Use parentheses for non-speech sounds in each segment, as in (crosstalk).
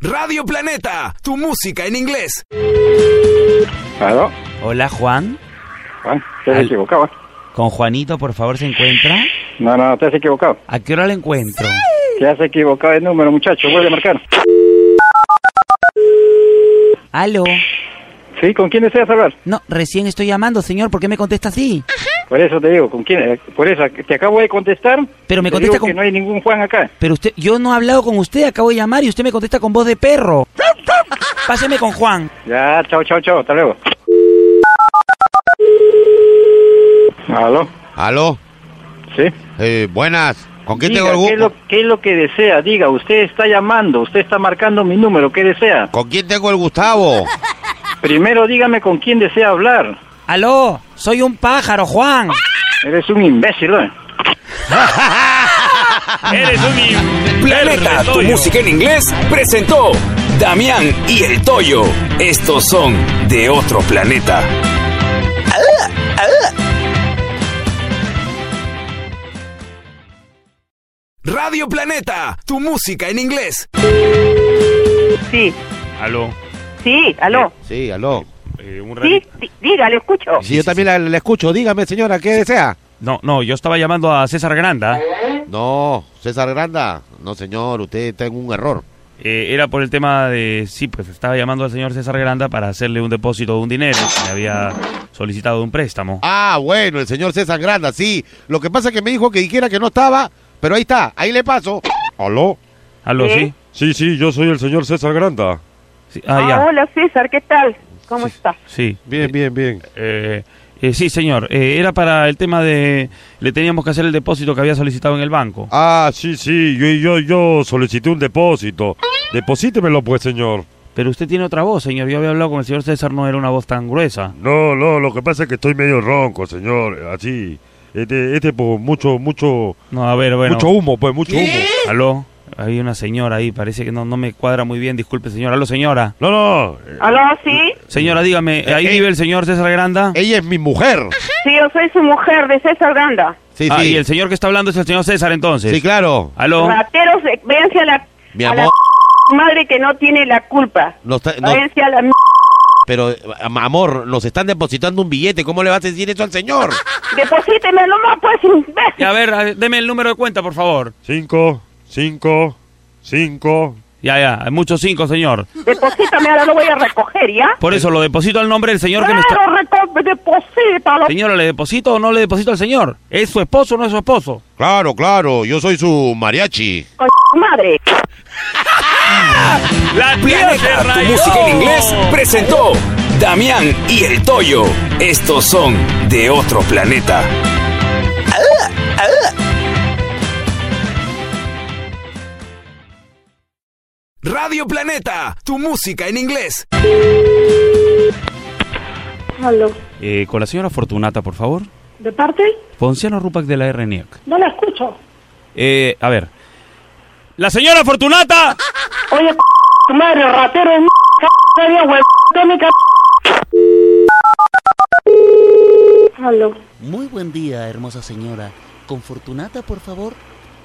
Radio Planeta, tu música en inglés. Claro, Ah, Hola Juan, Juan, usted se Al- equivocaba. con Juanito por favor se encuentra. ¿eh? No, no, usted se ha equivocado. ¿A qué hora le encuentro? Se has equivocado el número, muchacho. Vuelve a marcar. Aló. Sí, ¿con quién deseas hablar? No, recién estoy llamando, señor, ¿por qué me contesta así? Por eso te digo, ¿con quién? Eh, Por eso, te acabo de contestar. Pero me Te contesta digo con- que no hay ningún Juan acá. Pero usted, yo no he hablado con usted, acabo de llamar y usted me contesta con voz de perro. Páseme con Juan. Ya, chao, chao, chao. Hasta luego. ¿Aló? Aló, Sí. eh, buenas. ¿Con quién Diga, tengo el ¿qué, es lo, gusto? ¿Qué es lo que desea? Diga, usted está llamando, usted está marcando mi número, ¿qué desea? ¿Con quién tengo el (laughs) Gustavo? Primero dígame con quién desea hablar. Aló, soy un pájaro, Juan. Eres un imbécil, ¿eh? Planeta, tu música en inglés presentó Damián y el Toyo. Estos son de otro planeta. Radio Planeta, tu música en inglés. Sí, Aló. sí, aló. Sí, aló. eh, un Sí, ratito. di- diga, le escucho. Sí, yo también la, la escucho. Dígame, señora, ¿qué desea? No, no, yo estaba llamando a César Granda. No, César Granda. No, señor, usted tengo un error. Eh, era por el tema de... Sí, pues estaba llamando al señor César Granda para hacerle un depósito de un dinero. que Le había solicitado un préstamo. Ah, bueno, el señor César Granda, sí. Lo que pasa es que me dijo que dijera que no estaba, pero ahí está, ahí le paso. Aló. Aló, ¿Sí? ¿sí? Sí, sí, yo soy el señor César Granda. Sí, Ah, Ah, ya. hola César, ¿qué tal? ¿Cómo estás? Sí. Bien, bien, bien. Eh, eh, sí, señor. Eh, era para el tema de... Le teníamos que hacer el depósito que había solicitado en el banco. Ah, sí, sí, yo, yo, yo solicité un depósito. Deposítemelo, pues, señor. Pero usted tiene otra voz, señor. Yo había hablado con el señor César, no era una voz tan gruesa. No, no, lo que pasa es que estoy medio ronco, señor. Así. Este, este pues, mucho, mucho, No, a ver, bueno. mucho humo, pues, mucho humo. Aló. Hay una señora ahí, parece que no, no me cuadra muy bien. Disculpe, señora. Aló, señora. No, no. eh, ¿Aló, sí? Señora, dígame, ¿ahí eh. vive el señor César Granda? Ella es mi mujer. Sí, yo soy su mujer de César Ganda. Sí, Ah, y sí. el señor que está hablando es el señor César, entonces. Sí, claro. Aló. Rateros, eh, véanse a la, Mi a la amor. madre que no tiene la culpa. No está- no, Váyanse a la m- pero, eh, amor, nos están depositando un billete. ¿Cómo le vas a decir eso al señor? Deposíteme nomás, pues, imbécil. Ya, a ver, a ver, deme el número de cuenta, por favor. Cinco, cinco, cinco. Ya, ya, hay muchos cinco, señor. Deposítame, ahora lo voy a recoger, ¿ya? Eh, Por eso lo deposito al nombre del señor que me está. Claro, reco- deposítalo. Señora, ¿le deposito o no le deposito al señor? ¿Es su esposo o no es su esposo? Claro, claro. Yo soy su mariachi. Con su madre. ¡La Planeta, tu música en inglés presentó Damián y el Toyo. Estos son de otro planeta. Radio Planeta, tu música en inglés. Aló. Eh, con la señora Fortunata, por favor. ¿De parte? Ponciano Rupac de la RNIAC. No la escucho. Eh, a ver. ¡La señora Fortunata! Oye, c- tu madre, ratero, de m- c- de huev- de mi c- Aló. Muy buen día, hermosa señora. Con Fortunata, por favor.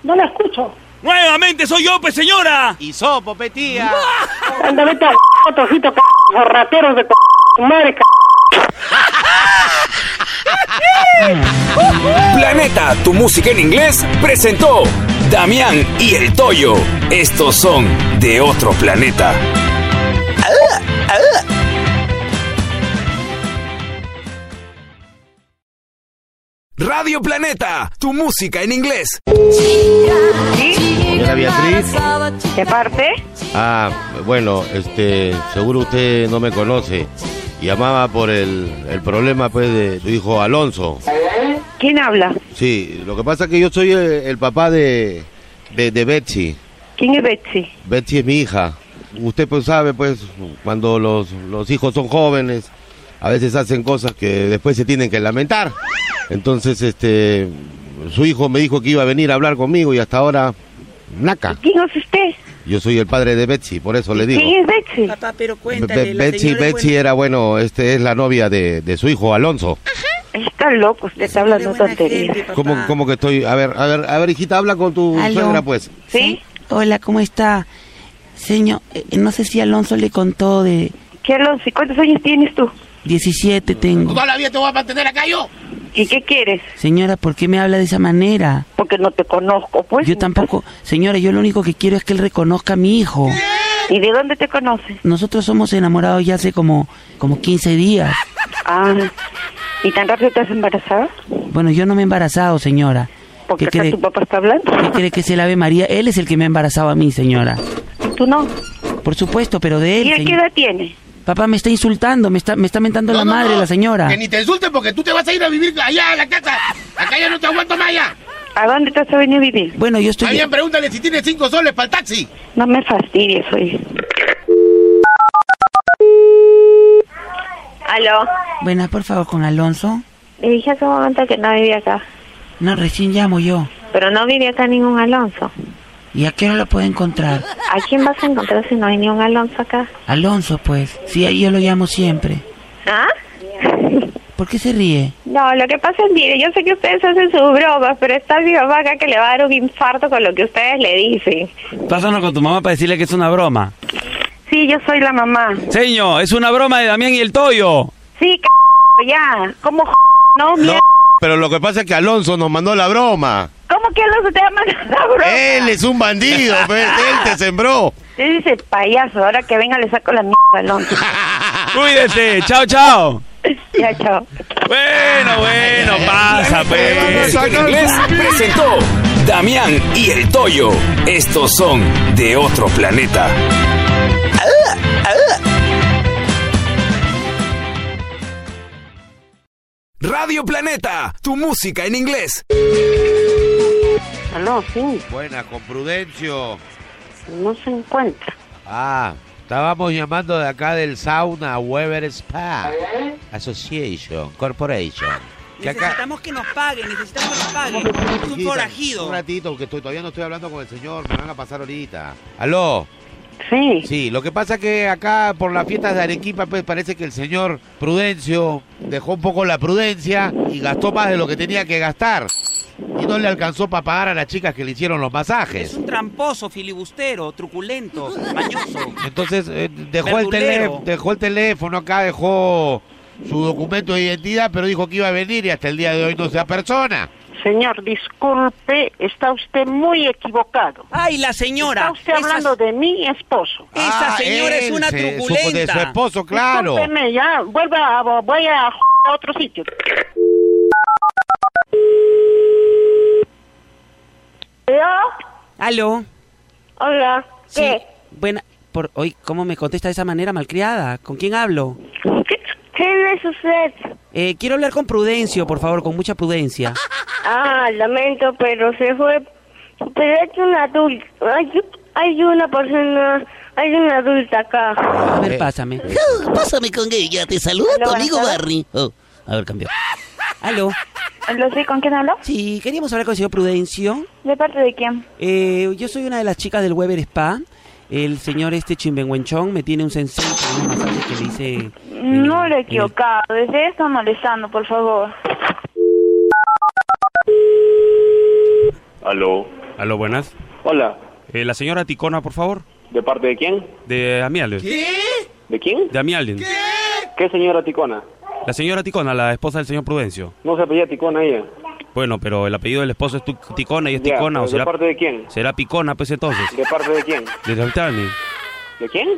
No la escucho. ¡Nuevamente soy yo, pues, señora! Y sopo, petía. Anda, vete a c- tojito, c- rateros de c- tu madre, c- Planeta, tu música en inglés presentó Damián y el Toyo. Estos son de otro planeta. Radio Planeta, tu música en inglés. Señora Beatriz. ¿De parte? Ah, bueno, este, seguro usted no me conoce. Llamaba por el, el problema, pues, de su hijo Alonso. ¿Quién habla? Sí, lo que pasa es que yo soy el, el papá de, de, de Betsy. ¿Quién es Betsy? Betsy es mi hija. Usted, pues, sabe, pues, cuando los, los hijos son jóvenes, a veces hacen cosas que después se tienen que lamentar. Entonces, este, su hijo me dijo que iba a venir a hablar conmigo y hasta ahora, naca. ¿Quién es usted? Yo soy el padre de Betsy, por eso le digo. ¿Quién es Betsy? Papá, pero Be- Betsy, Betsy era bueno, este es la novia de, de su hijo Alonso. Ah, Están locos, le está hablando tonterías. ¿Cómo, cómo que estoy? A ver, a ver, a ver, hijita, habla con tu Aló. suegra, pues. ¿Sí? Hola, ¿cómo está? Señor, eh, no sé si Alonso le contó de ¿Qué, Alonso? ¿Y cuántos años tienes tú? 17 tengo. Toda la vida te voy a mantener acá yo. ¿Y qué quieres? Señora, ¿por qué me habla de esa manera? Porque no te conozco, pues. Yo tampoco, señora, yo lo único que quiero es que él reconozca a mi hijo. ¿Y de dónde te conoces? Nosotros somos enamorados ya hace como, como 15 días. Ah, ¿y tan rápido te has embarazado? Bueno, yo no me he embarazado, señora. Porque ¿Qué acá cree, tu papá está hablando. qué cree que es el Ave María? Él es el que me ha embarazado a mí, señora. Tú no. Por supuesto, pero de él. ¿Y él qué señor. edad tiene? Papá me está insultando, me está, me está mentando No, la no, madre, no. la señora. Que ni te insulten porque tú te vas a ir a vivir allá a la casa. Acá ya no te aguanto más ya. ¿A dónde te has venido a vivir? Bueno, yo estoy. También pregúntale si tiene cinco soles para el taxi. No me fastidies, oye. ¿Aló? Buenas, por favor, con Alonso. Le dije hace un momento que no vivía acá. No, recién llamo yo. Pero no vive acá ningún Alonso. ¿Y a qué hora lo puedo encontrar? ¿A quién vas a encontrar si no hay ni un Alonso acá? Alonso, pues. Sí, ahí yo lo llamo siempre. ¿Ah? ¿Por qué se ríe? No, lo que pasa es, mire, yo sé que ustedes hacen sus bromas, pero está mi mamá acá que le va a dar un infarto con lo que ustedes le dicen. Pásanos con tu mamá para decirle que es una broma. Sí, yo soy la mamá. Señor, es una broma de Damián y el Toyo. Sí, c ya. ¿Cómo j- no, mierda? Pero lo que pasa es que Alonso nos mandó la broma. ¿Cómo que Alonso te va a mandar la broma? Él es un bandido, pues, él te sembró. Él dice payaso, ahora que venga le saco la mierda a (laughs) Alonso. (laughs) Cuídese, chao, chao. ya, chao. Bueno, bueno, pasa, pues. Música en inglés presentó Damián y el Toyo. Estos son de otro planeta. Radio Planeta, tu música en inglés. Aló, sí, Buena, con Prudencio. no se encuentra. Ah, estábamos llamando de acá del sauna Weber Spa Association Corporation. Que acá- que nos paguen, necesitamos que nos paguen. Hijita, Un ratito, que estoy- todavía no estoy hablando con el señor, me van a pasar ahorita. Aló. Sí, Sí, lo que pasa es que acá por las fiestas de Arequipa pues, parece que el señor Prudencio dejó un poco la prudencia y gastó más de lo que tenía que gastar. Y no le alcanzó para pagar a las chicas que le hicieron los masajes. un tramposo, filibustero, truculento, mañoso. Entonces eh, dejó, el Verdulero. teléfono, dejó el teléfono acá, dejó su documento de identidad, pero dijo que iba a venir y hasta el día de hoy no se apersona. Señor, disculpe, Eh, está usted muy equivocado. ¡Ay, la señora! Está usted hablando de mi esposo. Esa señora es Ah, él, una se- su- de truculenta. su esposo, claro. Discúlpeme, ya, vuelve a, voy a, j- a otro sitio. ¿Aló? hola. Sí. ¿Qué? Buena. Por, hoy, ¿cómo me contesta de esa manera malcriada? ¿Con quién hablo? ¿Qué, qué es usted? Eh, quiero hablar con prudencio, por favor, con mucha prudencia. Ah, lamento, pero se fue. Pero es un adulto. Hay, hay una persona, hay una adulta acá. A ver, Eh, pásame. Pásame con ella, te saluda tu amigo Barry. Oh, a ver, cambió. (laughs) ¿Aló? ¿Lo sé con quién habló? Sí, queríamos hablar con el señor Prudencio. ¿De parte de quién? Eh, yo soy una de las chicas del Weber Spa. El señor este Chimbenguenchón me tiene un sensei con unos masajes que le hice... eh, Mm, No en lo he el- equivocado, desde esto molestando, por favor. Aló. Aló, buenas. Hola. Eh, la señora Ticona, por favor. ¿De parte de quién? De Ami Allen. ¿De quién? De Ami Allen. ¿Qué señora Ticona? La señora Ticona, la esposa del señor Prudencio. No se apellía Ticona ella. Bueno, pero el apellido del esposo es tu- Ticona y es Ya, Ticona, o ¿De será, parte de quién? será Picona, pues entonces. ¿De parte de quién? De Daltani. ¿De quién?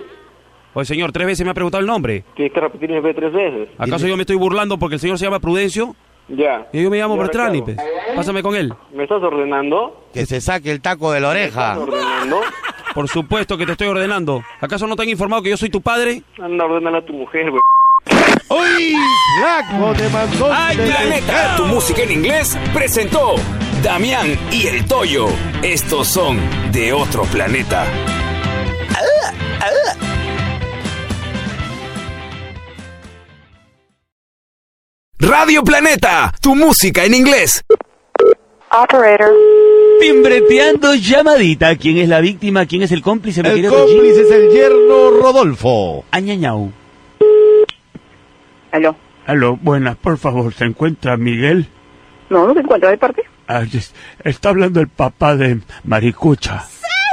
Oye, señor, tres veces me ha preguntado el nombre. Tienes que repetirme tres veces. ¿Acaso yo me estoy burlando porque el señor se llama Prudencio? Ya. Y yo me llamo ¿Y ahora Bertrani, qué pues. hago? Pásame con él. ¿Me estás ordenando? Que se saque el taco de la ¿Me estás oreja. ordenando? Por supuesto que te estoy ordenando. ¿Acaso no te han informado que yo soy tu padre? Anda, ordenala a tu mujer, güey. ¡Uy! ¡Flaco! ¡Te mandó! ¡Ay, te- Planeta, tu música en inglés presentó Damián y el Toyo. Estos son de otro planeta. Radio Planeta, tu música en inglés. Operator. Timbreteando llamadita. ¿Quién es la víctima? ¿Quién es el cómplice? El querido G? cómplice es el yerno Rodolfo. Añañau. Aló. Aló, buenas, por favor, ¿se encuentra Miguel? Ah, No, no se encuentra de parte. está hablando el papá de Maricucha.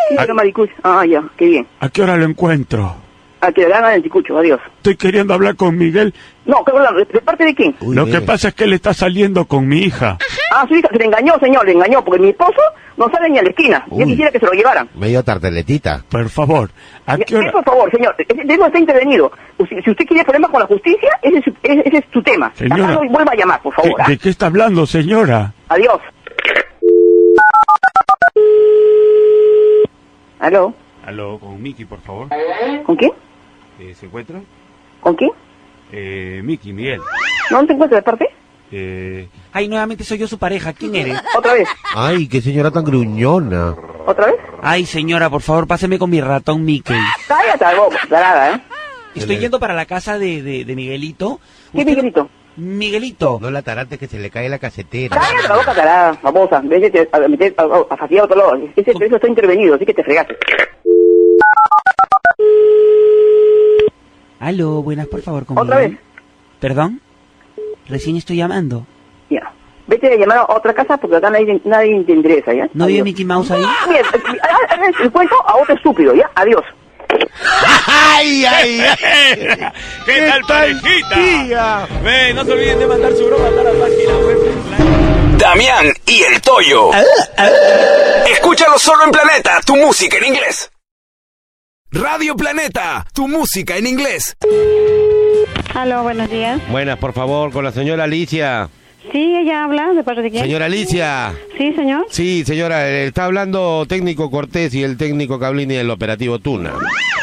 Dígalo, Maricucho. Ah, ya, qué bien. ¿A qué hora lo encuentro? A que le hagan el chicucho, adiós. Estoy queriendo hablar con Miguel. No, ¿qué hablan? ¿de de parte de quién? lo que pasa es que él está saliendo con mi hija. Ah, su hija se le engañó, señor, le engañó, porque mi esposo no sale ni a la esquina. Yo Uy. quisiera que se lo llevaran. Medio tarteletita. Por favor, ¿a qué Eh, hora? Por favor, señor, eh, eh, eso está intervenido. Si, si usted quiere problemas con la justicia, ese es su, ese- ese es su tema. Señora. Acá no vuelva a llamar, por favor. ¿De, de qué está hablando, señora? Adiós. ¿Aló? Aló, con Miki, por favor. Eh. Eh, ¿Con quién? ¿Se encuentra? ¿Con quién? Eh, Miki, Miguel. ¿No te encuentras de parte? Eh, Ay, nuevamente soy yo su pareja. ¿Quién eres? ¿Otra vez? Ay, qué señora tan gruñona. ¿Otra vez? Ay, señora, por favor, páseme con mi ratón Mickey. Cállate, algo, tarada, ¿eh? Estoy yendo para la casa de, de, de Miguelito. ¿Qué Miguelito? Miguelito. No la tarate que se le cae la casetera. Cállate la boca, tarada, babosa. Vete a, a, meter- a, a, a fastidiar a otro lado. Ese, eso está intervenido, así que te fregaste. Aló, buenas, por favor, con ¿Otra Miguel. ¿Perdón? Recién estoy llamando. Ya. Vete a llamar a otra casa porque acá nadie, nadie te interesa, ¿ya? ¿No vio Mickey Mouse ahí? Bien, eh, ha- hazle el cuento a otro estúpido, ¿ya? Adiós. ¡Ay, ay, ay! qué tal parejita? Ve, no se olviden de mandar su broma a la página web. Damián y el Toyo. Escúchalo solo en Planeta, tu música en inglés. Radio Planeta, tu música en inglés. Aló, buenos días. Buenas, por favor, con la señora Alicia. Sí, ella habla, ¿de parte de quién? Señora Alicia. Sí, señor. Sí, señora, eh, está hablando técnico Cortés y el técnico Cablini del operativo Tuna.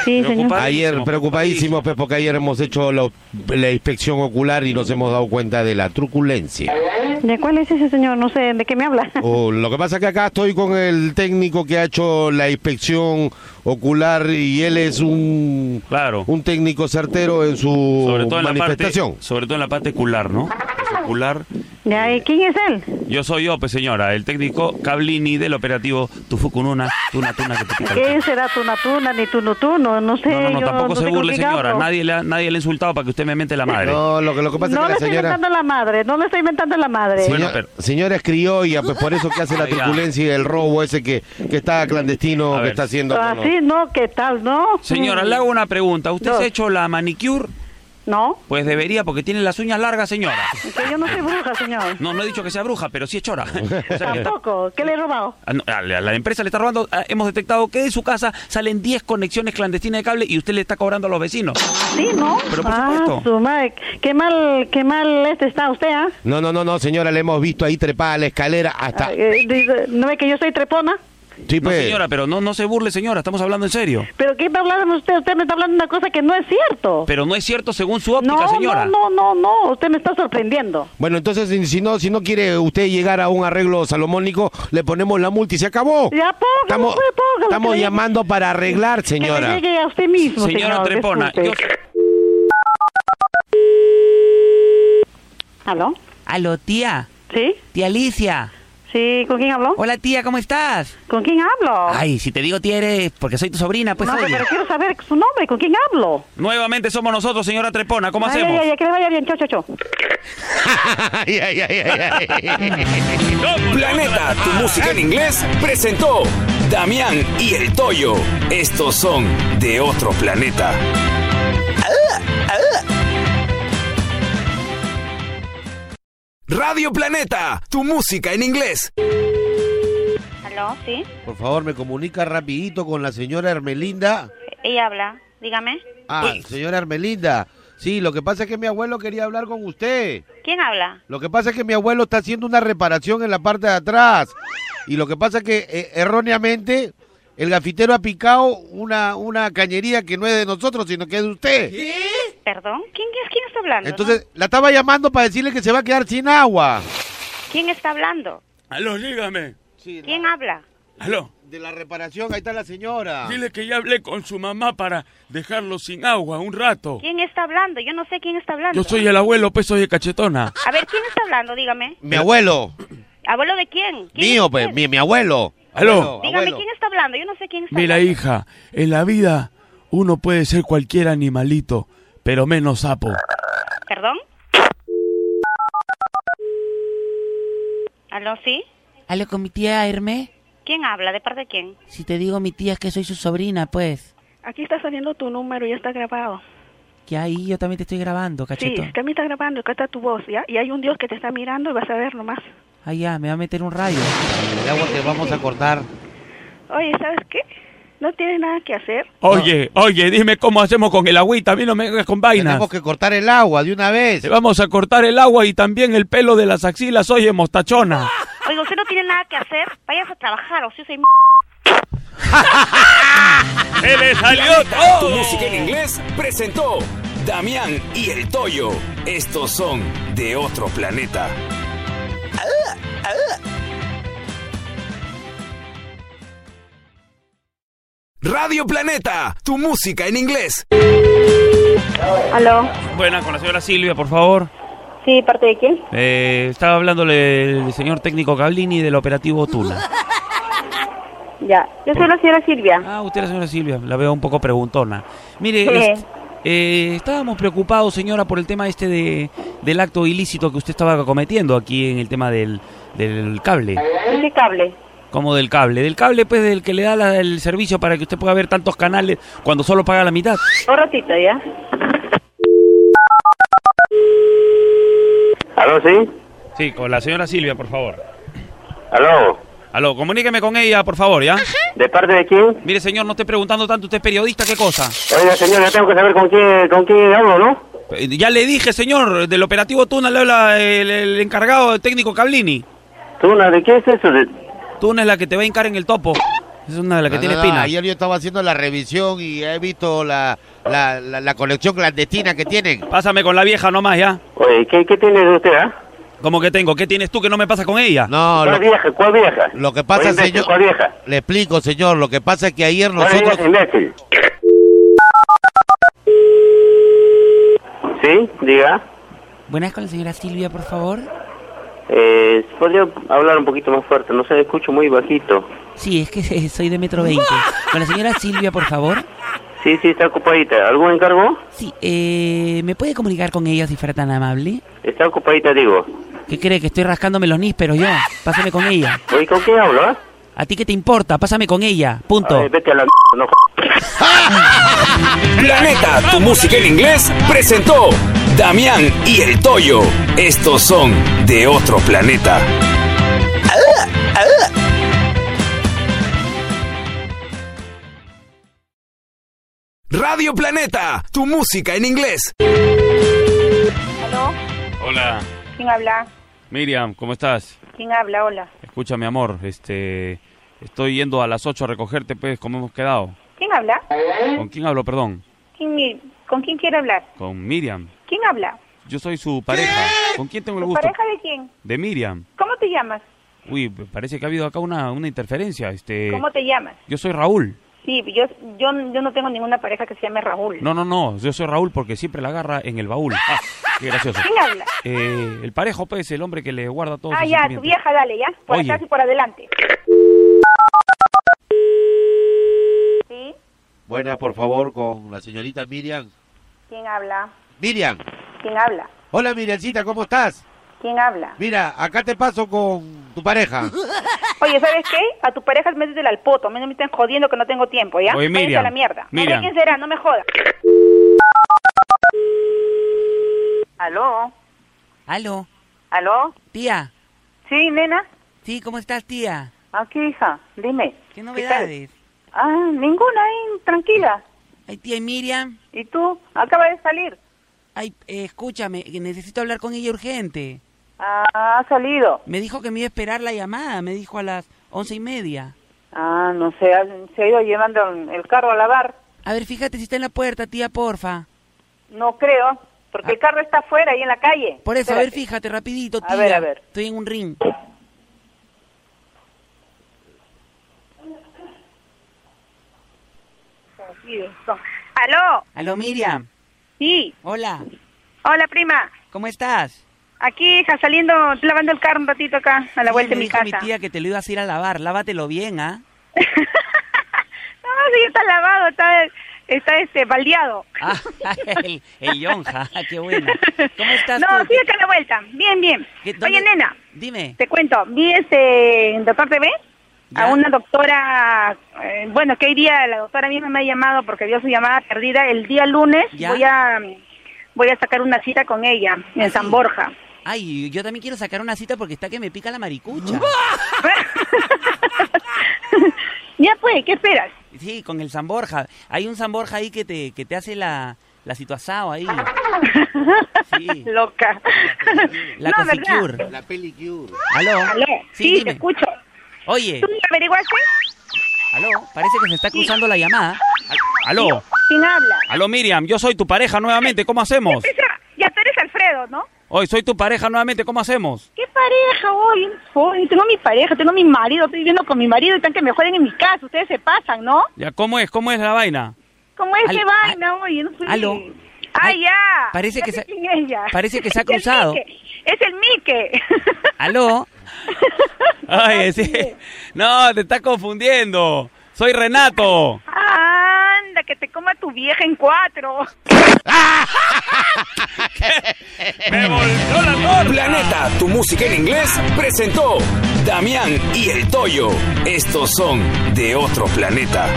Sí, señor. Ayer preocupadísimos pues, porque ayer hemos hecho la, la inspección ocular y nos hemos dado cuenta de la truculencia. ¿De cuál es ese señor? No sé, ¿de qué me habla? (laughs) Oh, lo que pasa es que acá estoy con el técnico que ha hecho la inspección ocular y él es un un técnico certero en su Sobre todo en la parte, Uh, manifestación. sobre todo en la parte cular, ¿no? Su Cular. ¿Ya? ¿y ¿Quién es él? Yo soy Ope, señora, el técnico Cablini del operativo Tufucununa, Tuna Tuna que te pica el ¿Qué será tu natuna ni tu nutuno? No sé. No, no, yo tampoco no se tengo burle, qué señora. gato. Nadie le, ha, nadie le ha insultado para que usted me mente la madre. No, lo que, lo que pasa No es le que estoy la señora... inventando la madre, no le estoy inventando la madre. Señor- Señora es criolla, pues por eso que hace la truculencia y el robo ese que, que está clandestino, que está haciendo... con los- Así no, ¿qué tal, no? Señora, le hago una pregunta. ¿Usted se ha hecho la manicure? No, Pues debería, porque tiene las uñas largas, señora. que yo no soy bruja, señor. No, no he dicho que sea bruja, pero sí es chora. (laughs) O sea, que está- Tampoco, ¿qué le he robado? Ah, no, a la, a la empresa le está robando. Ah, Hemos detectado que de su casa salen 10 conexiones clandestinas de cable y usted le está cobrando a los vecinos. Sí, ¿no? Pero por ah, supuesto. su madre, qué mal, qué mal este está usted, ¿ah? No, no, no, no, señora, le hemos visto ahí trepada a la escalera hasta... Eh, dice, ¿No ve que yo soy trepona? Sí, pues. pues. No, señora, pero no, no se burle, señora. Estamos hablando en serio. ¿Pero qué me hablaron usted? Usted me está hablando una cosa que no es cierto. Pero no es cierto según su óptica, No, señora. no, no, no, no, usted me está sorprendiendo. Bueno, entonces, si- si no, si no quiere usted llegar a un arreglo salomónico, le ponemos la multa y se acabó. Ya, póngalo, Estamos, pues, póngalo, estamos que le- llamando para arreglar, Que señora. le llegue a usted mismo, Señora señor, Trepona, disculpe. ¿Aló? Aló, tía. ¿Sí? Tía Alicia. Sí, ¿con quién hablo? Hola, tía, ¿cómo estás? ¿Con quién hablo? Ah. Ay, si te digo tía eres porque soy tu sobrina, pues Ah. no, oye. pero quiero saber su nombre, ¿con quién hablo? Nuevamente somos nosotros, señora Trepona. ¿Cómo Ay, hacemos? ay, ay, que le vaya bien, chao, chao, chao. (laughs) Ay, ay, ay, ay, ay. Planeta, tu música en inglés, presentó Damián y el Toyo. Estos son de otro planeta. Radio Planeta, tu música en inglés. ¿Aló? ¿Sí? (laughs) Por favor, me comunica rapidito con la señora Hermelinda. Ella habla. Dígame. Ah, señora Hermelinda. Sí, lo que pasa es que mi abuelo quería hablar con usted. ¿Quién habla? Lo que pasa es que mi abuelo está haciendo una reparación en la parte de atrás. Y lo que pasa es que eh, erróneamente el gafitero ha picado una, una cañería que no es de nosotros, sino que es de usted. ¿Perdón? ¿Quién es? ¿Quién está hablando? Entonces la estaba llamando para decirle que se va a quedar sin agua. no? ¿Quién está hablando? Aló, dígame. ¿Quién habla? Aló. De la reparación, ahí está la señora. Dile que ya hablé con su mamá para dejarlo sin agua un rato. ¿Quién está hablando? Yo no sé quién está hablando. Yo soy el abuelo, pues soy de cachetona. A ver, ¿quién está hablando? Dígame. Mi abuelo. ¿Abuelo de quién? ¿Quién Mío, es pues, usted? Mi, mi abuelo. Aló. Dígame, ¿quién está hablando? Yo no sé quién está Mira, hija, en la vida uno puede ser cualquier animalito, pero menos sapo. hablando. ¿Perdón? ¿Aló? ¿Sí? ¿Aló con mi tía Herme? ¿Quién habla? ¿De parte de quién? Si te digo, mi tía, es que soy su sobrina, pues. Aquí está saliendo tu número, ya está grabado. Que ahí yo también te estoy grabando, Sí, cacheto. es que a mí está grabando, acá está tu voz, ¿ya? Y hay un Dios que te está mirando y vas a ver nomás. Ah, ya, me va a meter un rayo. El agua que vamos a cortar. Oye, ¿sabes qué? No tienes nada que hacer. Oye, oye, dime cómo hacemos con el agüita. A mí no me hagas con vainas. Tenemos que cortar el agua de una vez. Te vamos a cortar el agua y también el pelo de las axilas. Oye, mostachona. Oiga, usted no tiene nada que hacer. Vayas a trabajar, o si soy m... ¡Se le salió todo! Tu música en inglés presentó Damián y el Toyo. Estos son de otro planeta. Radio Planeta, tu música en inglés. Aló, Buena, con la señora Silvia, por favor. sí, ¿parte de quién? Eh, estaba hablándole el señor técnico Gablini del operativo Tula. Ya, yo soy la señora Silvia. Ah, usted la señora Silvia, la veo un poco preguntona. Mire, Sí. est- eh, estábamos preocupados, señora, por el tema este de, del acto ilícito que usted estaba cometiendo aquí en el tema del, del cable. ¿Qué este cable? Como del cable. Del cable, pues, del que le da la- el servicio para que usted pueda ver tantos canales cuando solo paga la mitad. Un ratito, ¿ya? ¿Aló, sí? Sí, con la señora Silvia, por favor. ¿Aló? Aló, comuníqueme con ella, por favor, ¿ya? ¿De parte de quién? Mire, señor, no esté preguntando tanto, usted es periodista, ¿qué cosa? Oiga, señor, ya tengo que saber con quién, con quién hablo, ¿no? Eh, Ya le dije, señor, del operativo Tuna le habla el, el encargado del técnico Cablini. ¿Tuna? ¿De qué es eso? De- Tuna es la que te va a hincar en el topo. Es una de las que No, tiene no, no, espina. Ayer yo estaba haciendo la revisión y he visto la, la, la- la colección clandestina que tienen. Pásame con la vieja nomás, ¿ya? Oye, ¿qué, qué tiene de usted, ah? ¿Cómo que tengo? ¿Qué tienes tú que no me pasa con ella? No, ¿Cuál lo, vieja? ¿Cuál vieja? lo que pasa, Oye, imbécil, señor. ¿Cuál vieja? Le explico, señor. Lo que pasa es que ayer ¿Cuál vieja, nosotros. imbécil? Sí, diga. Buenas con la señora Silvia, por favor. Eh, ¿Podría hablar un poquito más fuerte? No sé, escucho muy bajito. Sí, es que (laughs) soy de metro 20. Con la señora Silvia, por favor. Sí, sí, está ocupadita. ¿Algún encargo? Sí, eh, ¿me puede comunicar con ella si fuera tan amable? Está ocupadita, digo. ¿Qué cree? Que estoy rascándome los nísperos yo. Pásame con ella. Oye, ¿con quién hablo, ah? ¿A ti qué te importa? Pásame con ella. Punto. Ay, vete a la m- no Planeta, tu música en inglés presentó Damián y el Toyo. Estos son de otro planeta. Radio Planeta, tu música en inglés. Aló, Hola, ¿quién habla? Miriam, ¿cómo estás? ¿Quién habla? Hola. Escucha, mi amor, este... Estoy yendo a las 8 a recogerte, pues, como hemos quedado. ¿Quién habla? ¿Eh? ¿Con quién hablo, perdón? ¿Quién mi- ¿Con quién quiere hablar? Con Miriam. ¿Quién habla? Yo soy su pareja. ¿Con quién tengo el ¿Tu gusto? pareja de quién? De Miriam. ¿Cómo te llamas? Uy, parece que ha habido acá una, una interferencia. Este, ¿Cómo te llamas? Yo soy Raúl. Sí, yo, yo, yo no tengo ninguna pareja que se llame Raúl. No, no, no. Yo soy Raúl porque siempre la agarra en el baúl. Ah, qué gracioso. ¿Quién habla? Eh, el parejo, pues, el hombre que le guarda todo. Ah, ya, tu vieja, dale, ya. Por Oye. atrás y por adelante. ¿Sí? Buenas, por favor, con la señorita Miriam. ¿Quién habla? Miriam. ¿Quién habla? Hola, Miriamcita, ¿cómo estás? ¿Quién habla? Mira, acá te paso con tu pareja. Oye, ¿sabes qué? A tu pareja métetela al poto. A mí no me estén jodiendo que no tengo tiempo, ¿ya? Oye, Váyanse Miriam, a la mierda. No sé Miriam. quién será, no me jodas. ¿Aló? ¿Aló? ¿Aló? Tía. ¿Sí, nena? Sí, ¿cómo estás, tía? Aquí, hija, dime. ¿Qué tal? novedades? Ah, ninguna, ahí, tranquila. Ay, tía, ¿y Miriam. ¿Y tú? Acaba de salir. Ay, eh, escúchame, que necesito hablar con ella urgente. Ah, ha salido. Me dijo que me iba a esperar la llamada, me dijo a las once y media. Ah, no sé, ha- se ha ido llevando el carro a lavar. A ver, fíjate si está en la puerta, tía, porfa. No creo, porque el carro está afuera, ahí en la calle. Por eso, a ver, Espérate. fíjate, rapidito, tía. A ver, a ver. Estoy en un ring. ¿Aló? Aló, Miriam. Sí. Hola. Hola, prima. ¿Cómo estás? Aquí, hija, saliendo, estoy lavando el carro un ratito acá, a la Sí, vuelta de me mi dijo casa. mi tía que te lo ibas a ir a lavar. Lávatelo bien, (laughs) ¿ah? No, sí, está lavado, está, está este, baldeado. Ah, el, el yonja, (laughs) qué bueno. (laughs) ¿Cómo estás no, tú? sí, acá a la vuelta. Bien, bien. ¿Qué- dónde- Oye, nena, Dime, te cuento, vi este, Doctor TV a una doctora, eh, bueno, que hoy día la doctora misma me ha llamado porque vio su llamada perdida. El día lunes ¿Ya? voy a voy a sacar una cita con ella en (laughs) San Borja. (laughs) Ay, yo también quiero sacar una cita porque está que me pica la maricucha. ya pues, ¿qué esperas? Sí, con el San Borja. Hay un San Borja ahí que te, que te hace la, la situación ahí. (laughs) Loca. La No, ¿verdad? cosicure. La pelicure. ¿Aló? Aló, sí, te dime. escucho. Oye, ¿Tú me averiguaste? aló, parece que se está cruzando la llamada. Aló, ¿Quién habla? aló Miriam, yo soy tu pareja nuevamente, ¿cómo hacemos? Esa- Ya tú eres Alfredo, ¿no? Hoy soy tu pareja nuevamente, ¿cómo hacemos? ¿Qué pareja hoy? Hoy Tengo mi pareja, tengo mi marido, estoy viviendo con mi marido, están que me joden en mi casa, ustedes se pasan, ¿no? Ya, ¿cómo es? ¿Cómo es la vaina? ¿Cómo es Al- que vaina, oye? No soy... aló. Ah, ya. parece Ya que sé se- quién es ya. parece que se ha (laughs) Es el cruzado. Mike, Es el Mike. ¿Aló? Ay, sí. No, te estás confundiendo. Soy Renato. (laughs) Anda, que te coma tu vieja en cuatro. ¡Me volvió la torta! Planeta, tu música en inglés, presentó Damián y el Toyo. Estos son de otro planeta.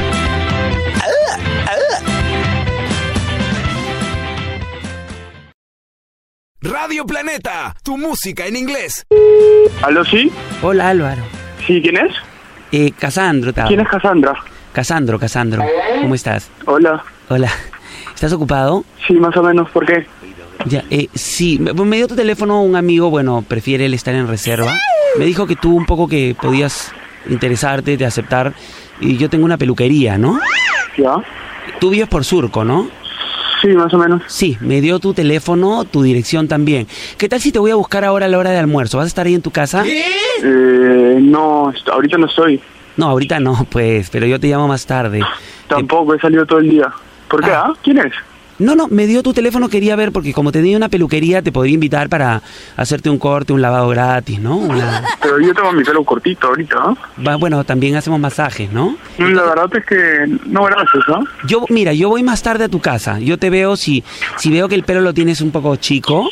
Radio Planeta, tu música en inglés. ¿Aló, sí? Hola, Álvaro. ¿Sí, quién es? Eh, Casandro, te hablo. ¿Quién es Cassandra? Casandro, Casandro. ¿Cómo estás? Hola. Hola. ¿Estás ocupado? Sí, más o menos, ¿por qué? Ya, eh, sí, me, me dio tu teléfono un amigo, bueno, prefiere él estar en reserva. Me dijo que tú un poco que podías interesarte, de aceptar. Y yo tengo una peluquería, ¿no? Ya. Tú vives por Surco, ¿no? Sí, más o menos. Sí, me dio tu teléfono, tu dirección también. ¿Qué tal si te voy a buscar ahora a la hora de almuerzo? ¿Vas a estar ahí en tu casa? Eh, no, est- ahorita no estoy. No, ahorita no, pues, pero yo te llamo más tarde. Tampoco, he salido todo el día. ¿Por qué? ah? ¿Quién es? No, no, me dio tu teléfono, quería ver, porque como tenía una peluquería, te podría invitar para hacerte un corte, un lavado gratis, ¿no? Una- Pero yo tengo mi pelo cortito ahorita, ¿ah? Va- bueno, también hacemos masajes, ¿no? La verdad es que no gracias, ¿ah? Yo, mira, yo voy más tarde a tu casa. Yo te veo si, si veo que el pelo lo tienes un poco chico.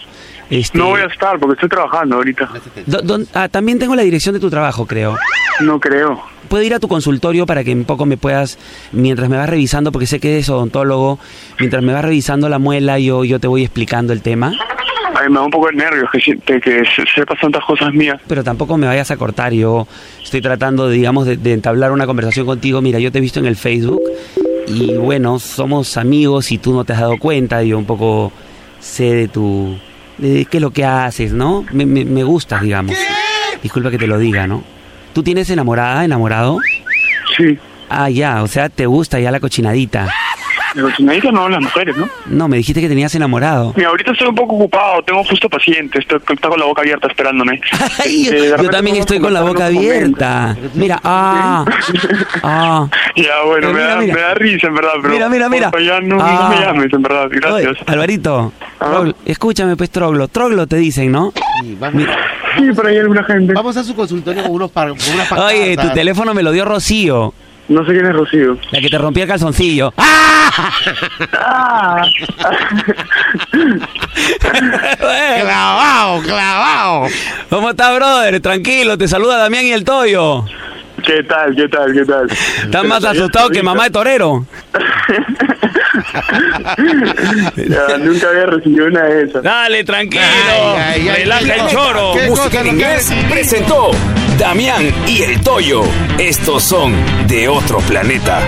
Este, No voy a estar porque estoy trabajando ahorita. do- don- ah, también tengo la dirección de tu trabajo, creo. No creo. Puedo ir a tu consultorio para que un poco me puedas, mientras me vas revisando, porque sé que eres odontólogo, mientras me vas revisando la muela, yo, yo te voy explicando el tema. Ay, me da un poco de nervios que, si- que, que se- sepas tantas cosas mías. Pero tampoco me vayas a cortar, yo estoy tratando, digamos, de, de entablar una conversación contigo. Mira, yo te he visto en el Facebook y bueno, somos amigos y tú no te has dado cuenta, yo un poco sé de tu... de qué es lo que haces, ¿no? Me, me, me gustas, digamos. Disculpa que te lo diga, ¿no? ¿Tú tienes enamorada, enamorado? Sí. Ah, ya, o sea, te gusta ya la cochinadita. Pero si me no las mujeres, ¿no? No, me dijiste que tenías enamorado. Mira, ahorita estoy un poco ocupado, tengo justo paciente, estoy, está con la boca abierta esperándome. (laughs) Ay, Este, de yo, repente también podemos estoy con la conversar boca en otro momento. abierta. Mira, ah, ah. Ya, bueno, Pero me, mira, da, mira. me da risa, en verdad, pero... Mira, mira, mira. porfa, ya no, no Ah. me llames, en verdad, gracias. Oye, Alvarito, Troglo, escúchame pues Troglo, Troglo te dicen, ¿no? Mira, Sí, por ahí alguna gente. Vamos a su consultorio con unos par, con unas patadas. oye, tu teléfono me lo dio Rocío. No sé quién es Rocío. La que te rompió el (laughs) calzoncillo. ¡Ah! clavao, clavao. ¿Cómo estás, brother? Tranquilo, te saluda Damián y el Toyo. ¿Qué tal, qué tal, qué tal? Estás más asustado que mamá de torero. (laughs) Ya, nunca había recibido una de esas. Dale, tranquilo. Relaja el choro. Música en inglés presentó Damián y el Toyo. Estos son de otro planeta.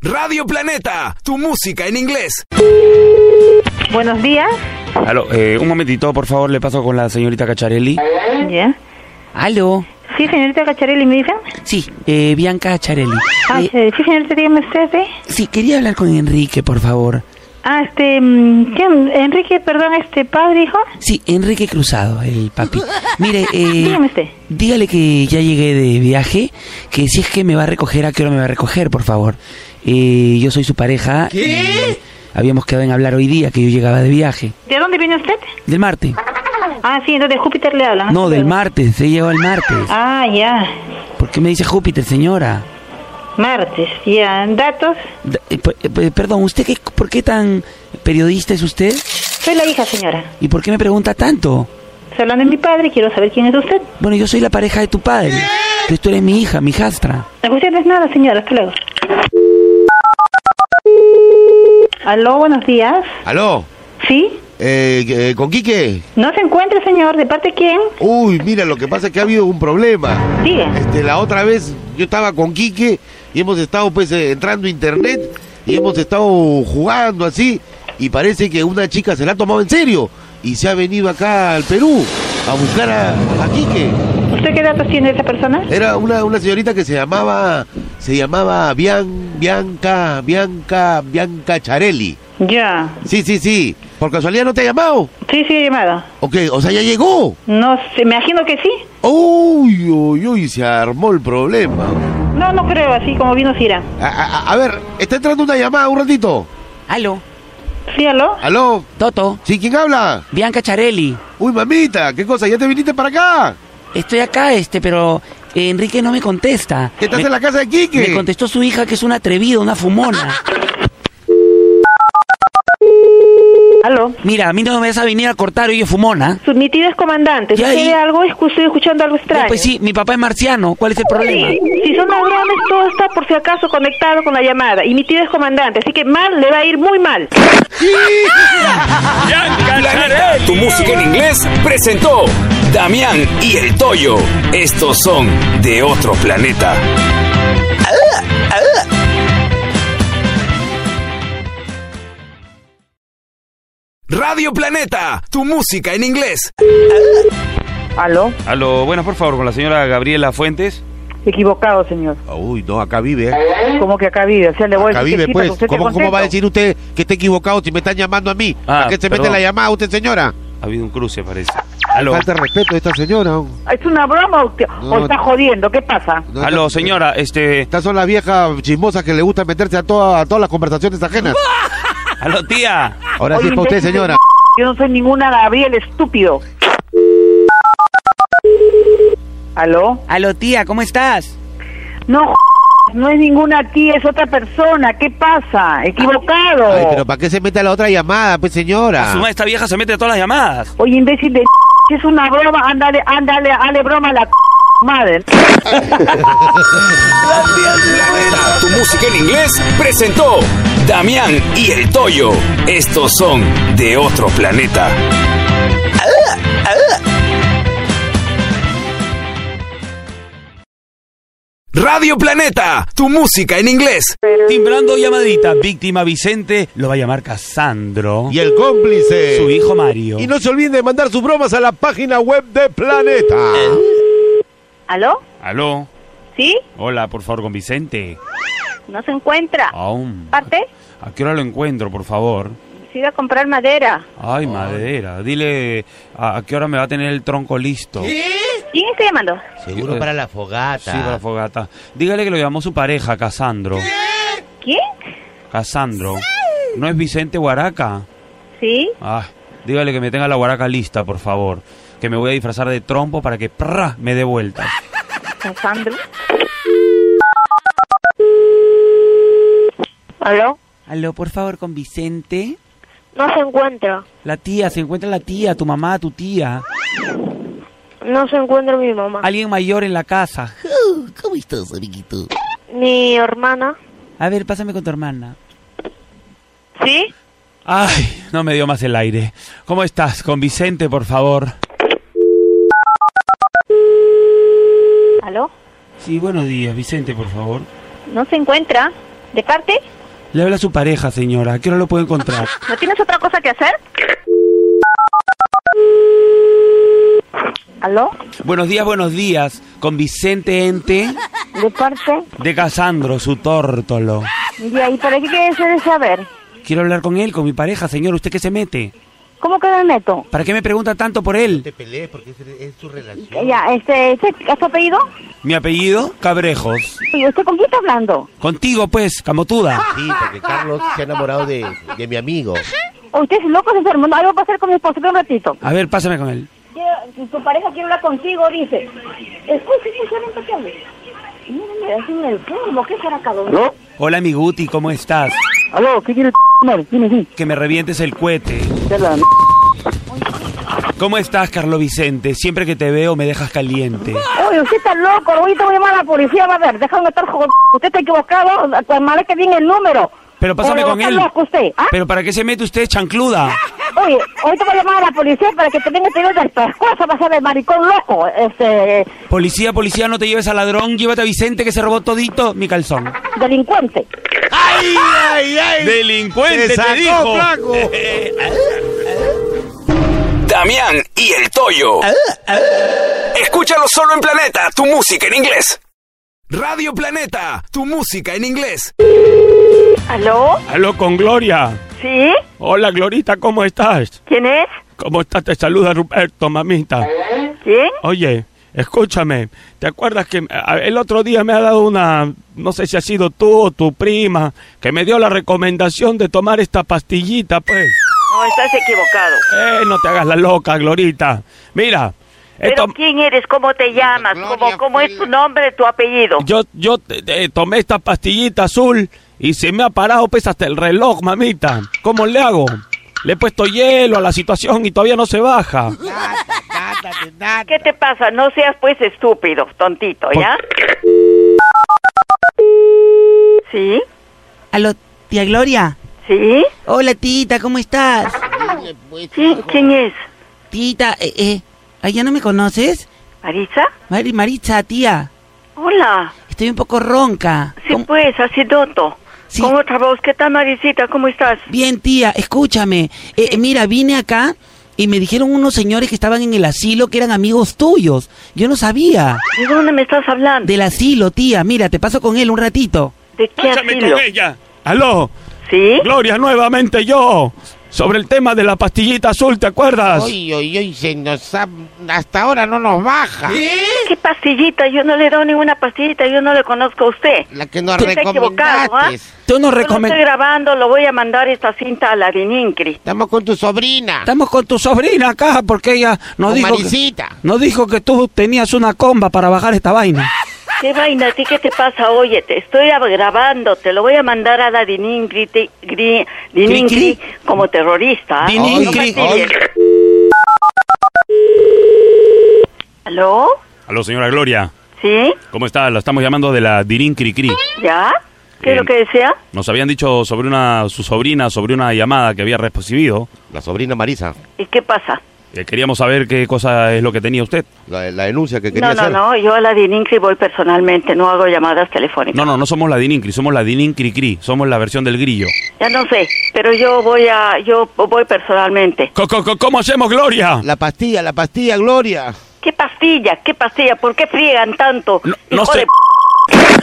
Radio Planeta, tu música en inglés. Buenos días. Aló, eh, un momentito, por favor, le paso con la señorita Cacharelli. ¿Eh? ¿Ya? ¿Aló? Sí, señorita Cacharelli, ¿me dicen? Sí, eh, Bianca Charelli. Ah, eh, sí, señorita, dígame usted, ¿eh? Sí, quería hablar con Enrique, por favor. Ah, este, mm, ¿quién? Enrique, perdón, este, padre, hijo. Sí, Enrique Cruzado, el papi. Mire, eh, Dígame usted. dígale que ya llegué de viaje, que si es que me va a recoger, ¿a qué hora me va a recoger, por favor? Eh, yo soy su pareja. ¿Qué? Habíamos quedado en hablar hoy día, que yo llegaba de viaje. ¿De dónde viene usted? Del martes. Ah, sí, entonces de Júpiter le hablan. No, del martes, he llegado el martes. Ah, ya. ¿Por qué me dice Júpiter, señora? Martes, ya. ¿Datos? D- eh, per- eh, Perdón, ¿usted qué, por qué tan periodista es usted? Soy la hija, señora. ¿Y por qué me pregunta tanto? Estoy hablando de mi padre, quiero saber quién es usted. Bueno, yo soy la pareja de tu padre. Entonces tú eres mi hija, mi hijastra. Usted no es nada, señora, hasta luego. Aló, buenos días. ¿Aló? ¿Sí? Eh, eh, ¿Con Quique? ¿No se encuentra, señor? ¿De parte de quién? Uy, mira, lo que pasa es que ha habido un problema. Sigue. Este, la otra vez yo estaba con Quique y hemos estado pues eh, entrando a internet y hemos estado jugando así y parece que una chica se la ha tomado en serio y se ha venido acá al Perú a buscar a, a Quique. ¿Usted qué datos tiene de esa persona? Eh. Era una, una señorita que se llamaba se llamaba Bian- Bianca Bianca Bianca Charelli. Ya. Sí, sí, sí. ¿Por casualidad no te ha llamado? Sí, sí, he llamado. Ok, o sea, ya llegó. No sé, me imagino que sí. Uy, uy, uy, se armó el problema. No, no creo, así como vino Cira. A, a- a ver, está entrando una llamada un ratito. Aló. Sí, aló. ¿Aló? Toto. ¿Sí, quién habla? Bianca Charelli. Uy, mamita, ¿qué cosa? ¿Ya te viniste para acá? Estoy acá, este, pero eh, Enrique no me contesta. estás en la casa de Quique? Me contestó su hija que es una atrevida, una fumona. Aló. Mira, a mí no me vas a venir a cortar, oye, fumona. Su mi tío es comandante. Ya, ¿Usted y- ve algo? Es que Estoy escuchando algo extraño. pues sí, mi papá es marciano. ¿Cuál es el problema? Sí, Si son ladrones, todo está por si acaso conectado con la llamada. Y mi tío es comandante, así que mal le va a ir muy mal. Planeta, tu música en inglés presentó Damián y el Toyo. Estos son de otro planeta. Radio Planeta, tu música en inglés. Aló, Aló, buenas, por favor, con la señora Gabriela Fuentes. equivocado, señor. Uy, no, acá vive. ¿eh? ¿Cómo que acá vive? O sea, le voy Acá a decir vive, Eh, que sí, pues. para que usted ¿Cómo, esté cómo va a contento. decir usted que está equivocado si me están llamando a mí? ¿A qué se Ah, perdón. mete la llamada usted, señora? Ha habido un cruce, parece. Aló. Falta de respeto de esta señora. ¿Es una broma o, te- o No, está no. jodiendo? ¿Qué pasa? Aló, señora, este. Estas son las viejas chismosas que le gusta meterse a, toda- a todas las conversaciones ajenas. Ah. Aló, tía. Ahora sí Oye, es para usted, imbécil, señora. Yo no soy ninguna Gabriel, estúpido. ¿Aló? Aló, tía, ¿cómo estás? No, no es ninguna tía, es otra persona. ¿Qué pasa? Equivocado. Ay, pero ¿para qué se mete a la otra llamada, pues, señora? Ah. Su madre, esta vieja se mete a todas las llamadas. Oye, imbécil de... Es una broma, ándale, ándale, ándale broma a la madre. Planeta, tu música en inglés presentó Damián y el Toyo. Estos son de otro planeta. Radio Planeta, tu música en inglés. Timbrando llamadita, víctima Vicente lo va a llamar Casandro. Y el cómplice. Su hijo Mario. Y no se olviden de mandar sus bromas a la página web de Planeta. ¿Aló? Aló. ¿Sí? Hola, por favor, con Vicente. ¿No se encuentra? Ah. Aún. ¿Parte? ¿A qué hora lo encuentro, por favor? Sí, va a comprar madera. Ay, madera. Dile a, a qué hora me va a tener el tronco listo. ¿Quién está llamando? Seguro para la fogata. Sí, para la fogata. Dígale que lo llamó su pareja, Casandro. ¿Quién? Casandro. ¿No es Vicente Huaraca? ¿Sí? Ah, dígale que me tenga la guaraca lista, por favor. Que me voy a disfrazar de trompo para que prrra, me dé vuelta. Casandro. Aló. Aló, por favor, con Vicente. No se encuentra. La tía, se encuentra la tía, tu mamá, tu tía. No se encuentra mi mamá. Alguien mayor en la casa. Uh, ¿Cómo estás, amiguito? Mi hermana. A ver, pásame con tu hermana. ¿Sí? Ay, no me dio más el aire. ¿Cómo estás? Con Vicente, por favor. ¿Aló? Sí, buenos días, Vicente, por favor. ¿No se encuentra? ¿De parte? Le habla su pareja, señora. ¿A qué hora lo puedo (laughs) encontrar? ¿No tienes otra cosa que hacer? ¿Aló? buenos días, buenos días. Con Vicente Ente ¿De parte? de Casandro, su tórtolo. Ya, ¿y para qué quieres saber? Quiero hablar con él, con mi pareja, señor. ¿Usted qué se mete? ¿Cómo queda el neto? ¿Para qué me pregunta tanto por él? Peleé porque es, es su relación. Ya, este, este, ¿es tu apellido? Mi apellido, Cabrejos. ¿Y usted con quién está hablando? Contigo, pues, camotuda. Sí, porque Carlos se ha enamorado de, de mi amigo. ¿O usted es loco, señor? Bueno, Algo va a hacer con mi esposo, espera un ratito. A ver, pásame con él. Tu pareja quiere hablar contigo, dice. Escucha, escucha, no te hables. Mira, mira, es un enfermo, ¿qué será cada uno? Hola, mi Guti, ¿cómo estás? ¿Aló? ¿Qué quiere madre, dime sí. Que me revientes el cohete. Ya la m- ¿Cómo estás, Carlos Vicente? Siempre que te veo me dejas caliente. Oye, usted está loco, ahorita voy a llamar a la policía, va a ver, déjame estar jodido. Usted está equivocado, mal que viene el número. Pero pásame Oye, con está él. loco usted, ¿ah? ¿Pero para qué se mete usted, chancluda? Oye, ahorita voy a llamar a la policía para que te venga a pedir del pescuezo, va a ser el maricón loco. Este, Policía, policía, no te lleves al ladrón, llévate a Vicente que se robó todito mi calzón. delincuente. ¡Ay, ay, ay! Te ¡Delincuente, te, sacó, dijo! flaco. Damián y el Toyo. Escúchalo solo en Planeta, tu música en inglés. Radio Planeta, tu música en inglés. ¿Aló? (laughs) Aló, con Gloria. ¿Sí? Hola, Glorita, ¿cómo estás? ¿Quién es? ¿Cómo estás? Te saluda Ruperto, mamita. ¿Quién? Oye, escúchame, ¿te acuerdas que a- el otro día me ha dado una, no sé si ha sido tú o tu prima, que me dio la recomendación de tomar esta pastillita, pues? No, estás equivocado. Eh, no te hagas la loca, Glorita. Mira, he ¿Pero tom- quién eres? ¿Cómo te llamas? ¿Cómo, cómo es tu nombre, tu apellido? yo, yo te- te tomé esta pastillita azul y se me ha parado pues hasta el reloj, mamita. ¿Cómo le hago? Le he puesto hielo a la situación y todavía no se baja. Ah. ¿Qué te pasa? No seas pues estúpido, tontito, ¿ya? ¿Sí? Aló, tía Gloria. ¿Sí? Hola, tita, ¿cómo estás? ¿Quién, es? Tita, eh, eh, ¿ah, ya no me conoces? ¿Maritza? Mari, Maritza, tía. Hola. Estoy un poco ronca. Sí, pues, acidoto. Con otra voz. ¿Qué tal, Maricita? ¿Cómo estás? Bien, tía, escúchame. Eh, mira, vine acá y me dijeron unos señores que estaban en el asilo que eran amigos tuyos. Yo no sabía. ¿De dónde me estás hablando? Del asilo, tía. Mira, te paso con él un ratito. ¿De qué Escúchame asilo? con ella. Aló. ¿Sí? Gloria, nuevamente yo. Sobre el tema de la pastillita azul, ¿te Ah, acuerdas? Oy, oy, oy, se nos ha- hasta ahora no nos baja. ¿Qué pastillita? Yo no le he dado ninguna pastillita, yo no le conozco a usted. La que nos Está equivocado, ¿ah? recomendaste. Tú nos Yo lo estoy grabando, lo voy a mandar esta cinta a la Dinincri. Estamos con tu sobrina. Estamos con tu sobrina acá porque ella nos Con dijo Maricita. que, nos dijo que tú tenías una comba para bajar esta vaina. ¿Qué vaina? ¿A ti qué te pasa? Oye, te estoy ab- grabando, te lo voy a mandar a la Diningri, te- gri- Diningri Cri, como terrorista. ¿ah? Diningri. No fastidies. ¿Aló? Aló, señora Gloria. ¿Sí? ¿Cómo está? La estamos llamando de la Dirín Cricri. ¿Ya? ¿Qué es lo Bien. que desea? Nos habían dicho sobre una su sobrina, sobre una llamada que había recibido. Eh, La sobrina Marisa. ¿Y qué pasa? queríamos saber qué cosa es lo que tenía usted. La, la denuncia que No, no, no, yo a la Diningri voy personalmente, no hago llamadas telefónicas. No, no, no somos la Dinincri, somos la Dinin Cricri, somos la versión del grillo. Ya no sé, pero yo voy a, yo voy personalmente. ¿Cómo hacemos, Gloria? La pastilla, la pastilla, Gloria. ¿Qué pastilla? ¿Qué pastilla? ¿Por qué friegan tanto? no Hijo sé. de p-